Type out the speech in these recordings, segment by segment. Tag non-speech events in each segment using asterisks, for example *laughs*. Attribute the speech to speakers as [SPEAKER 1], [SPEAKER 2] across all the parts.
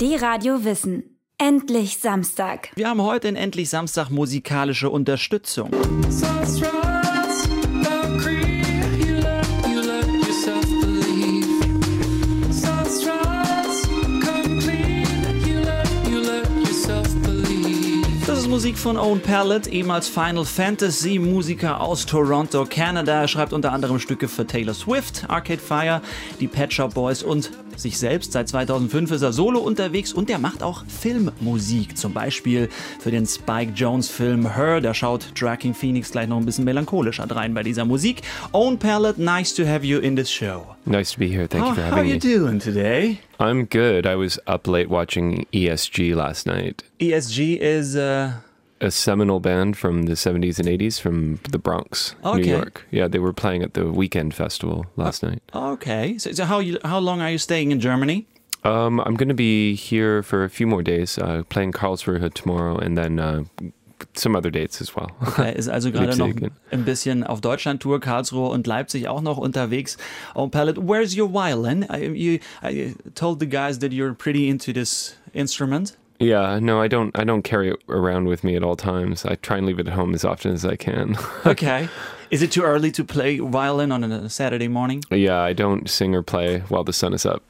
[SPEAKER 1] ARD Radio Wissen. Endlich Samstag.
[SPEAKER 2] Wir haben heute in Endlich Samstag musikalische Unterstützung.
[SPEAKER 3] Sunrise, Valkyrie, you let, you let yourself believe. Sunrise, come clean, you let, you let yourself believe.
[SPEAKER 2] Das ist Musik von Owen Pallet, ehemals Final Fantasy Musiker aus Toronto, Kanada. Er schreibt unter anderem Stücke für Taylor Swift, Arcade Fire, die Pet Shop Boys und sich selbst. Seit 2005 ist er solo unterwegs und er macht auch Filmmusik. Zum Beispiel für den Spike Jones Film Her. Da schaut Tracking Phoenix gleich noch ein bisschen melancholischer rein bei dieser Musik. Owen Pallet, nice to have you in this show.
[SPEAKER 4] Nice to be here. Thank you
[SPEAKER 2] Oh,
[SPEAKER 4] for
[SPEAKER 2] how are
[SPEAKER 4] having
[SPEAKER 2] you
[SPEAKER 4] me.
[SPEAKER 2] doing today?
[SPEAKER 4] I'm good. I was up late watching ESG last night,
[SPEAKER 2] ESG E is... Uh
[SPEAKER 4] a seminal band from the 70s and 80s from the Bronx,
[SPEAKER 2] Okay. Uh,
[SPEAKER 4] New York. Yeah, they were playing at the Weekend Festival last night.
[SPEAKER 2] Okay. So, so how you, how long are you staying in Germany?
[SPEAKER 4] Um, I'm going to be here for a few more days, uh, playing Karlsruhe tomorrow and then uh, some other dates as well. *laughs*
[SPEAKER 2] Er ist also gerade noch
[SPEAKER 4] Leipzig.
[SPEAKER 2] ein bisschen auf Deutschland-Tour, Karlsruhe und Leipzig auch noch unterwegs. Oh, Pallet, where's your violin? I, you, I told the guys that you're pretty into this instrument.
[SPEAKER 4] yeah, no, I don't. I don't carry it around with me at all times. I try and leave it at home as often as I can. *laughs*
[SPEAKER 2] Okay. Is it too early to play violin on a Saturday
[SPEAKER 4] *laughs*
[SPEAKER 2] morning?
[SPEAKER 4] yeah, I don't sing or play while the sun is up.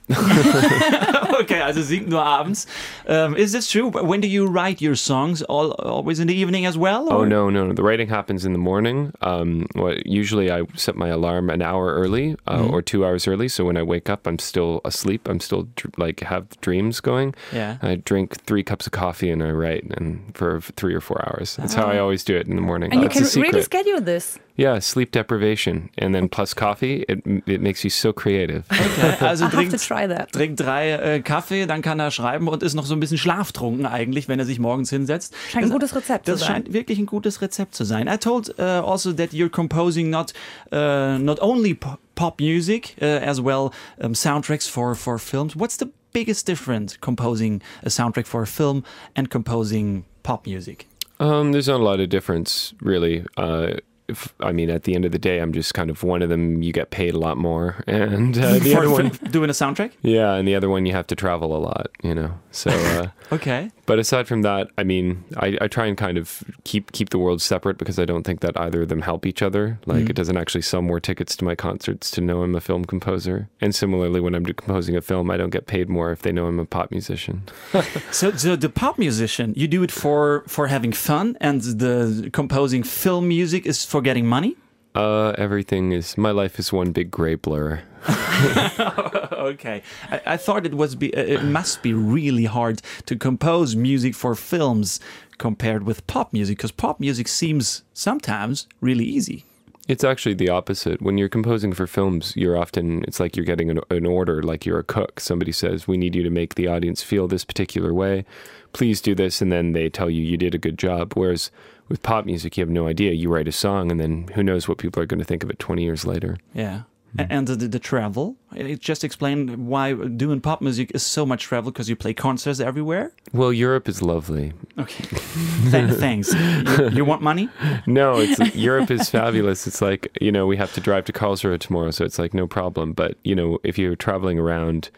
[SPEAKER 2] Okay, also singt nur abends. Um, is this true? When do you write your songs? All, always in the evening as well?
[SPEAKER 4] Oh
[SPEAKER 2] or-
[SPEAKER 4] no, no, no. The writing happens in the morning. Um, what, usually I set my alarm an hour early uh,
[SPEAKER 5] Mm-hmm.
[SPEAKER 4] or two hours early. So when I wake up, I'm still asleep. I'm still dr- like have dreams going. *laughs*
[SPEAKER 2] Yeah.
[SPEAKER 4] I drink three cups of coffee and I write and for f- three or four hours. That's how I always do it in the morning.
[SPEAKER 5] Oh.
[SPEAKER 4] Uh,
[SPEAKER 5] And
[SPEAKER 4] Ah,
[SPEAKER 5] you
[SPEAKER 4] It's a
[SPEAKER 5] can
[SPEAKER 4] secret.
[SPEAKER 5] really Oh. schedule this.
[SPEAKER 4] yeah, sleep deprivation and then plus coffee. It it makes you so
[SPEAKER 5] *laughs*
[SPEAKER 4] creative.
[SPEAKER 5] Oh.
[SPEAKER 2] Okay, also
[SPEAKER 5] I have to
[SPEAKER 2] trinkt
[SPEAKER 5] try that.
[SPEAKER 2] trinkt drei äh, Kaffee, dann kann er schreiben und ist noch so ein bisschen schlaftrunken eigentlich, wenn er sich morgens hinsetzt.
[SPEAKER 5] Scheint ein gutes Rezept
[SPEAKER 2] Das
[SPEAKER 5] zu sein.
[SPEAKER 2] scheint wirklich ein gutes Rezept zu sein. I told uh, also that you're composing not uh, not only po- pop music uh, as well um, soundtracks for for films. What's the biggest difference composing a soundtrack for a film and composing pop music?
[SPEAKER 4] Um, there's not a lot of difference, really. Uh, if, I mean, at the end of the day, I'm just kind of one of them. You get paid a lot more, *laughs* and uh, the
[SPEAKER 2] for,
[SPEAKER 4] other one,
[SPEAKER 2] for doing a soundtrack?
[SPEAKER 4] yeah, and the other one, you have to travel a lot, you know. So, uh,
[SPEAKER 2] Okay.
[SPEAKER 4] but aside from that, I mean, I, I try and kind of keep keep the world separate because I don't think that either of them help each other. Like, it doesn't actually sell more tickets to my concerts to know I'm a film composer, and similarly, when I'm composing a film, I don't get paid more if they know I'm a pop musician.
[SPEAKER 2] So, so the pop musician, you do it for for having fun, and the composing film music is for getting money.
[SPEAKER 4] Uh, everything is my life is one big gray blur.
[SPEAKER 2] Okay, I, I thought it was be, uh, it must be really hard to compose music for films compared with pop music because pop music seems sometimes really easy.
[SPEAKER 4] It's actually the opposite. When you're composing for films, you're often, it's like you're getting an, an order, like you're a cook. Somebody says, We need you to make the audience feel this particular way. Please do this. And then they tell you you did a good job. Whereas with pop music, you have no idea. You write a song, and then who knows what people are going to think of it 20 years later.
[SPEAKER 2] Yeah. A- And the, the travel, it just explained why doing pop music is so much travel because you play concerts everywhere.
[SPEAKER 4] Well, Europe is lovely.
[SPEAKER 2] Okay, Th- thanks. You, you want money?
[SPEAKER 4] *laughs* No, it's Europe is fabulous. It's like you know we have to drive to Karlsruhe tomorrow, so it's like no problem. But you know if you're traveling around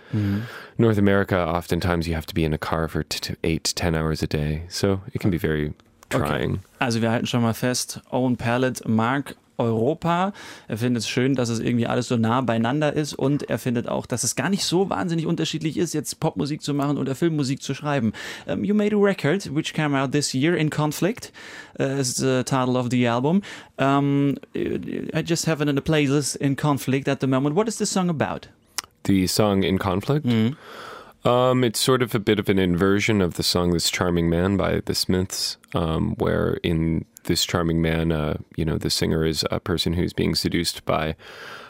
[SPEAKER 4] North America, oftentimes you have to be in a car for t- t- eight to ten hours a day, so it can be very trying.
[SPEAKER 2] Also wir halten schon mal fest, Owen Pallet mag Europa. Er findet es schön, dass es irgendwie alles so nah beieinander ist und er findet auch, dass es gar nicht so wahnsinnig unterschiedlich ist, jetzt Popmusik zu machen oder Filmmusik zu schreiben. Um, you made a record which came out this year in Conflict uh, is the title of the album. Um, I just have it in the playlist in Conflict at the moment. What is this song about?
[SPEAKER 4] The song in conflict. Um, it's sort of a bit of an inversion of the song "This Charming Man" by the Smiths, um, where in "This Charming Man," uh, you know, the singer is a person who's being seduced by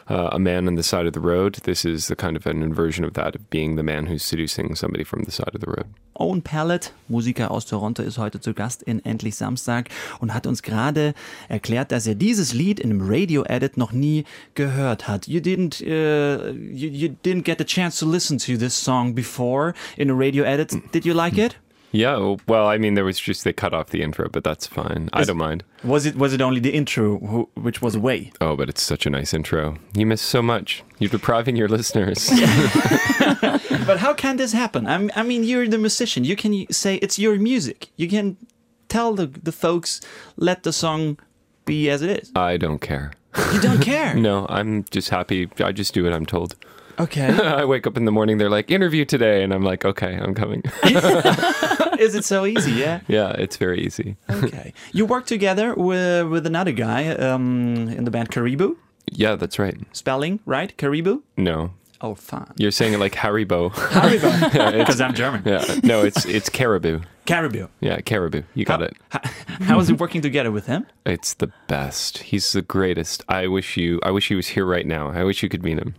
[SPEAKER 4] uh, a man on the side of the road. This is the kind of an inversion of that of being the man who's seducing somebody from the side of the road.
[SPEAKER 2] Owen Pallet, Musiker aus Toronto, ist heute zu Gast in Endlich Samstag und hat uns gerade erklärt, dass er dieses Lied in einem Radio-Edit noch nie gehört hat. You didn't, uh, you, you didn't get the chance to listen to this song before in a radio-Edit. Did you like it?
[SPEAKER 4] Yeah, w- well, I mean, there was just they cut off the intro, but that's fine. I don't mind.
[SPEAKER 2] Was it was it only the intro who, which was way?
[SPEAKER 4] Oh, but it's such a nice intro. You miss so much. You're depriving your listeners.
[SPEAKER 2] But how can this happen? I'm, I mean, you're the musician. You can say it's your music. You can tell the the folks let the song be as it is.
[SPEAKER 4] I don't care.
[SPEAKER 2] You don't care.
[SPEAKER 4] No, I'm just happy. I just do what I'm told. *laughs*
[SPEAKER 2] Okay.
[SPEAKER 4] I wake up in the morning. They're like, interview today, and I'm like, okay, I'm coming. *laughs*
[SPEAKER 2] is it so easy? Yeah.
[SPEAKER 4] yeah, it's very easy.
[SPEAKER 2] Okay. You work together with with another guy um, in the band Caribou.
[SPEAKER 4] Yeah, that's right.
[SPEAKER 2] Spelling right? Caribou.
[SPEAKER 4] No,
[SPEAKER 2] Oh, fun.
[SPEAKER 4] you're saying it like Haribo. *laughs*
[SPEAKER 2] Caribou. Because I'm German.
[SPEAKER 4] yeah, no, it's it's caribou.
[SPEAKER 2] *laughs* Caribou.
[SPEAKER 4] Yeah, caribou. You got it.
[SPEAKER 2] How is it working together with him?
[SPEAKER 4] It's the best. He's the greatest. I wish you. I wish he was here right now. I wish you could meet him.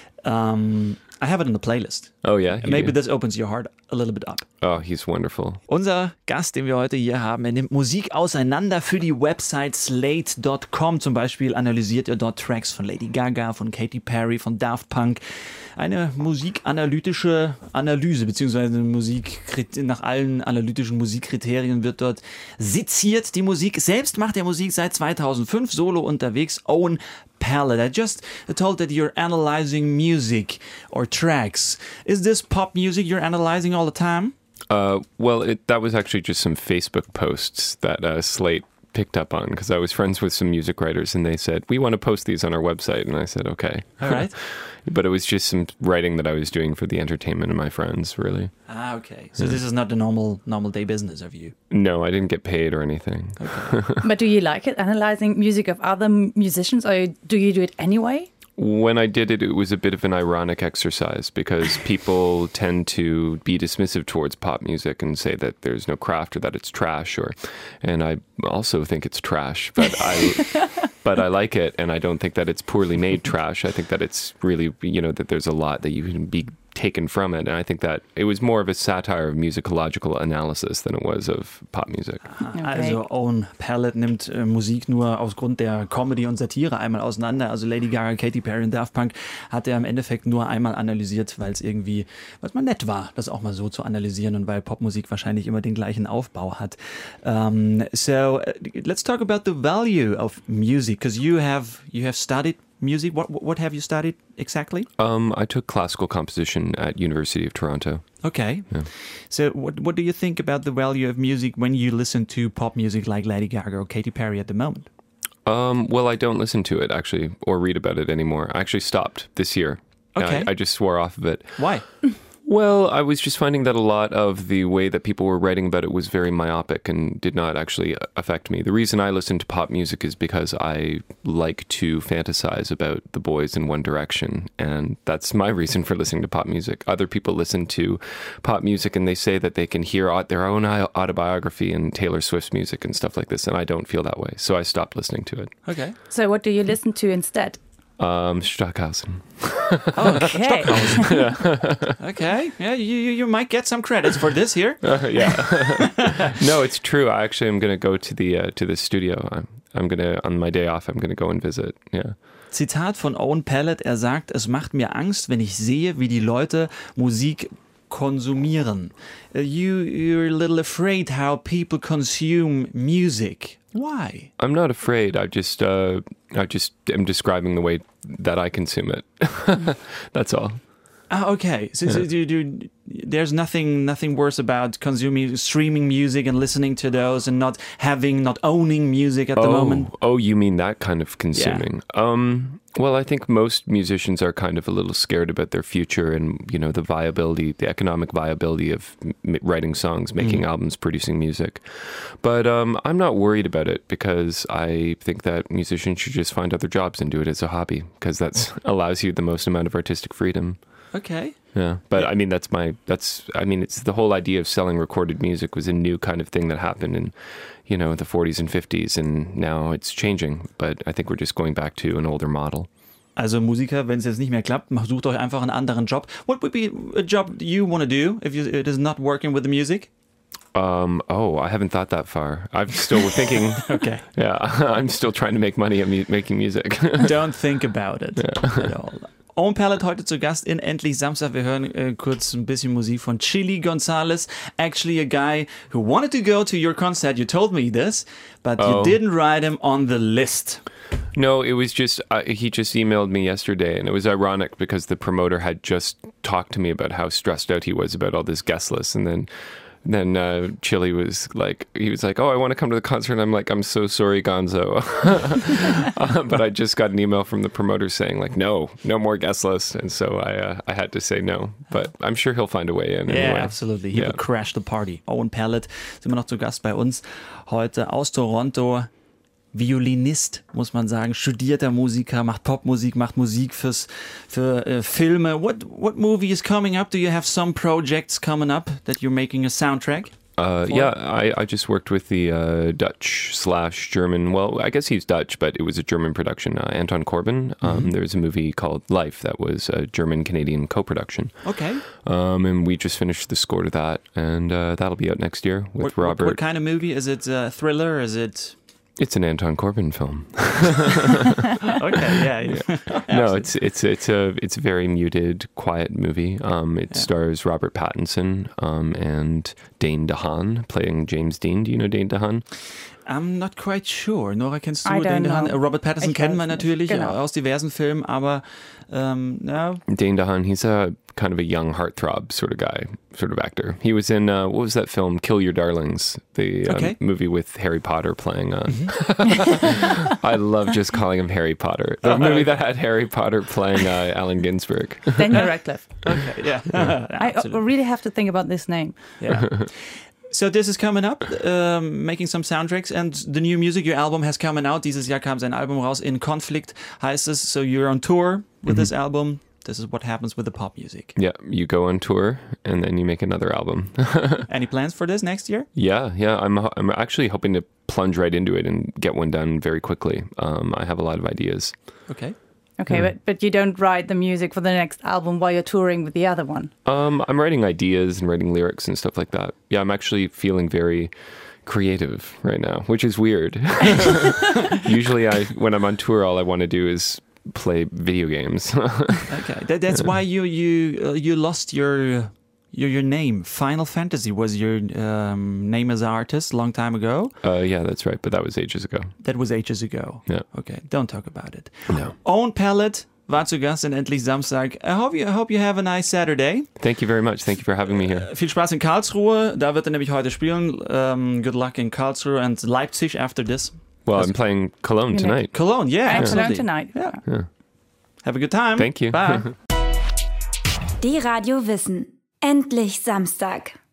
[SPEAKER 4] *laughs*
[SPEAKER 2] Um, I have it in the playlist.
[SPEAKER 4] Oh yeah, you
[SPEAKER 2] Maybe
[SPEAKER 4] do?
[SPEAKER 2] this opens your heart a little bit up.
[SPEAKER 4] Oh, he's wonderful.
[SPEAKER 2] Unser Gast, den wir heute hier haben, er nimmt Musik auseinander für die Website slate.com. Zum Beispiel analysiert er dort Tracks von Lady Gaga, von Katy Perry, von Daft Punk. Eine musikanalytische Analyse, beziehungsweise Musik nach allen analytischen Musikkriterien wird dort seziert die Musik. Selbst macht er Musik seit 2005 solo unterwegs. Own palette. I just told that you're analyzing music or tracks. Is this pop music you're analyzing all the time?
[SPEAKER 4] Uh, well, it, that was actually just some Facebook posts that uh, Slate picked up on because I was friends with some music writers and they said we want to post these on our website, and I said okay.
[SPEAKER 2] All right.
[SPEAKER 4] *laughs* but it was just some writing that I was doing for the entertainment of my friends, really.
[SPEAKER 2] Ah, okay. So this is not the normal normal day business of you.
[SPEAKER 4] No, I didn't get paid or anything.
[SPEAKER 5] But do you like it, analyzing music of other m- musicians, or do you do it anyway?
[SPEAKER 4] When I did it, it was a bit of an ironic exercise because people tend to be dismissive towards pop music and say that there's no craft or that it's trash. Or, and I also think it's trash, but I, but I like it, and I don't think that it's poorly made trash. I think that it's really, you know, that there's a lot that you can be taken from it, and I think that it was more of a satire of musicological analysis than it was of pop music.
[SPEAKER 2] Uh-huh. Also Own Palette nimmt äh, Musik nur aufgrund der Comedy und Satire einmal auseinander. Also Lady Gaga, Katy Perry und Daft Punk hat er im Endeffekt nur einmal analysiert, weil es irgendwie, weil es mal nett war, das auch mal so zu analysieren und weil Popmusik wahrscheinlich immer den gleichen Aufbau hat. Um, so äh, let's talk about the value of music, because you have you have studied music. What what have you studied exactly?
[SPEAKER 4] Um, I took classical composition at University of Toronto.
[SPEAKER 2] Okay. So, what what do you think about the value of music when you listen to pop music like Lady Gaga or Katy Perry at the moment?
[SPEAKER 4] Um, well, I don't listen to it actually, or read about it anymore. I actually stopped this year.
[SPEAKER 2] Okay.
[SPEAKER 4] I, I just swore off of it.
[SPEAKER 2] Why?
[SPEAKER 4] Well, I was just finding that a lot of the way that people were writing about it was very myopic and did not actually uh, affect me. The reason I listen to pop music is because I like to fantasize about the boys in One Direction, and that's my *laughs* reason for listening to pop music. Other people listen to pop music and they say that they can hear au- their own au- autobiography in Taylor Swift's music and stuff like this, and I don't feel that way, so I stopped listening to it.
[SPEAKER 2] Okay.
[SPEAKER 5] So, what do you listen
[SPEAKER 2] *laughs*
[SPEAKER 5] to instead?
[SPEAKER 4] Um, Stockhausen.
[SPEAKER 5] Okay.
[SPEAKER 2] Okay. Yeah, you you you might get some credits for this here.
[SPEAKER 4] yeah. no, it's true. I actually am gonna go to the uh, to the studio. I'm I'm gonna on my day off. I'm gonna go and visit. Yeah.
[SPEAKER 2] Zitat von Owen Pallet. Er sagt, es macht mir Angst, wenn ich sehe, wie die Leute Musik konsumieren. Uh, You you're a little afraid how people consume music. Why?
[SPEAKER 4] I'm not afraid. I just uh, I just am describing the way that I consume it. *laughs* That's all.
[SPEAKER 2] Ah, okay. So, so do, do, there's nothing nothing worse about consuming streaming music and listening to those and not having not owning music at the
[SPEAKER 4] oh,
[SPEAKER 2] moment.
[SPEAKER 4] oh, you mean that kind of consuming? Um, well, I think most musicians are kind of a little scared about their future and you know the viability, the economic viability of m- writing songs, making
[SPEAKER 2] Mm.
[SPEAKER 4] albums, producing music. But um, I'm not worried about it because I think that musicians should just find other jobs and do it as a hobby because that's
[SPEAKER 2] Mm.
[SPEAKER 4] *laughs* allows you the most amount of artistic freedom.
[SPEAKER 2] Okay.
[SPEAKER 4] Yeah, but I mean that's my that's I mean it's the whole idea of selling recorded music was a new kind of thing that happened in you know the 40s and 50s and now it's changing, but I think we're just going back to an older model.
[SPEAKER 2] Also Musiker, wenn es jetzt nicht mehr klappt, mach- sucht euch einfach einen anderen Job. What would be a job you want to do if you, it is not working with the music?
[SPEAKER 4] Um oh, I haven't thought that far. I'm still thinking
[SPEAKER 2] Okay.
[SPEAKER 4] *laughs* yeah, I'm still trying to make money at mu- making music. *laughs*
[SPEAKER 2] Don't think about it at all. Owen Pallet heute zu Gast in Endlich Samstag. Wir hören äh, kurz ein bisschen Musik von Chili Gonzalez. Actually a guy who wanted to go to your concert. You told me this, but you didn't write him on the list.
[SPEAKER 4] No, it was just uh, he just emailed me yesterday, and it was ironic because the promoter had just talked to me about how stressed out he was about all this guest list, and then then uh, Chili was like, he was like, "Oh, I want to come to the concert," and I'm like, "I'm so sorry, Gonzo," *laughs* Uh, but I just got an email from the promoter saying like, "No, no more guest list," and so I uh, I had to say no, but I'm sure he'll find a way in.
[SPEAKER 2] Yeah,
[SPEAKER 4] anyway.
[SPEAKER 2] absolutely. He
[SPEAKER 4] Yeah.
[SPEAKER 2] would crash the party. Owen Pellet sind immer noch zu Gast bei uns heute aus Toronto. Violinist, muss man sagen, studierter Musiker, macht Popmusik, macht Musik fürs, für äh, Filme. What, what movie is coming up? Do you have some projects coming up that you're making a soundtrack?
[SPEAKER 4] Uh, yeah, I, I just worked with the uh, Dutch slash German. Well, I guess he's Dutch, but it was a German production. Uh, Anton Corbin. Um,
[SPEAKER 2] Mm-hmm.
[SPEAKER 4] There was a movie called Life that was a German Canadian co production.
[SPEAKER 2] Okay.
[SPEAKER 4] Um, and we just finished the score to that, and uh, that'll be out next year with
[SPEAKER 2] What, what,
[SPEAKER 4] Robert.
[SPEAKER 2] what kind of movie? Is it a thriller? Is it.
[SPEAKER 4] It's an Anton
[SPEAKER 2] *laughs*
[SPEAKER 4] Corbin film.
[SPEAKER 5] Ah.
[SPEAKER 2] Okay, yeah. yeah.
[SPEAKER 4] no, it's it's it's a it's a very muted, quiet movie. Um, it stars Robert Pattinson um, and Dane DeHaan playing James Dean. Do you know Dane DeHaan?
[SPEAKER 2] I'm not quite sure. Nora, kennst
[SPEAKER 5] I
[SPEAKER 2] du
[SPEAKER 5] don't
[SPEAKER 2] den Hand?
[SPEAKER 5] know.
[SPEAKER 2] Robert Pattinson
[SPEAKER 5] Ich
[SPEAKER 2] kennen wir
[SPEAKER 5] weiß nicht.
[SPEAKER 2] natürlich
[SPEAKER 5] Genau.
[SPEAKER 2] aus diversen Filmen, aber ähm, ja,
[SPEAKER 4] Dane DeHaan, he's a kind of a young heartthrob sort of guy, sort of actor. He was in uh, what was that film, Kill Your Darlings, the uh,
[SPEAKER 2] Okay.
[SPEAKER 4] movie with Harry Potter playing on. *laughs* I love just calling him Harry Potter. The movie that had Harry Potter playing uh, Allen Ginsberg.
[SPEAKER 5] Daniel
[SPEAKER 2] *laughs*
[SPEAKER 5] Radcliffe.
[SPEAKER 2] okay, yeah. *laughs*
[SPEAKER 5] I uh, really have to think about this name.
[SPEAKER 2] Yeah. So this is coming up, um, making some soundtracks and the new music, your album has coming out. Dieses Jahr kam sein Album raus. In Conflict heißt es. So you're on tour with this album. This is what happens with the pop music.
[SPEAKER 4] Yeah, you go on tour and then you make another album. *laughs*
[SPEAKER 2] Any plans for this next year?
[SPEAKER 4] Yeah, yeah. I'm I'm actually hoping to plunge right into it and get one done very quickly. Um, I have a lot of ideas.
[SPEAKER 2] Okay.
[SPEAKER 5] Okay,
[SPEAKER 2] Hmm.
[SPEAKER 5] but, but you don't write the music for the next album while you're touring with the other one.
[SPEAKER 4] Um, I'm writing ideas and writing lyrics and stuff like that. Yeah, I'm actually feeling very creative right now, which is weird. *laughs* Usually, I when I'm on tour, all I want to do is play video games. *laughs*
[SPEAKER 2] Okay. That, that's why you you uh, you lost your your your name. Final Fantasy was your um, name as an artist long time ago.
[SPEAKER 4] uh, yeah, that's right, but that was ages ago.
[SPEAKER 2] That was ages ago.
[SPEAKER 4] Yeah.
[SPEAKER 2] Okay, don't talk about it.
[SPEAKER 4] No.
[SPEAKER 2] Own Palette war zu Gast in Endlich Samstag. I hope you, I hope you have a nice Saturday.
[SPEAKER 4] Thank you very much. Thank you for having me here.
[SPEAKER 2] Viel Spaß in Karlsruhe. Da wird er nämlich heute spielen. Um, good luck in Karlsruhe and Leipzig after this.
[SPEAKER 4] Well, I'm playing Cologne tonight.
[SPEAKER 2] Cologne, yeah,
[SPEAKER 5] I'm
[SPEAKER 2] absolutely.
[SPEAKER 5] alone tonight.
[SPEAKER 2] Yeah. Have a good time.
[SPEAKER 4] *laughs* Thank you.
[SPEAKER 2] Bye.
[SPEAKER 1] Die Radio Wissen. Endlich Samstag.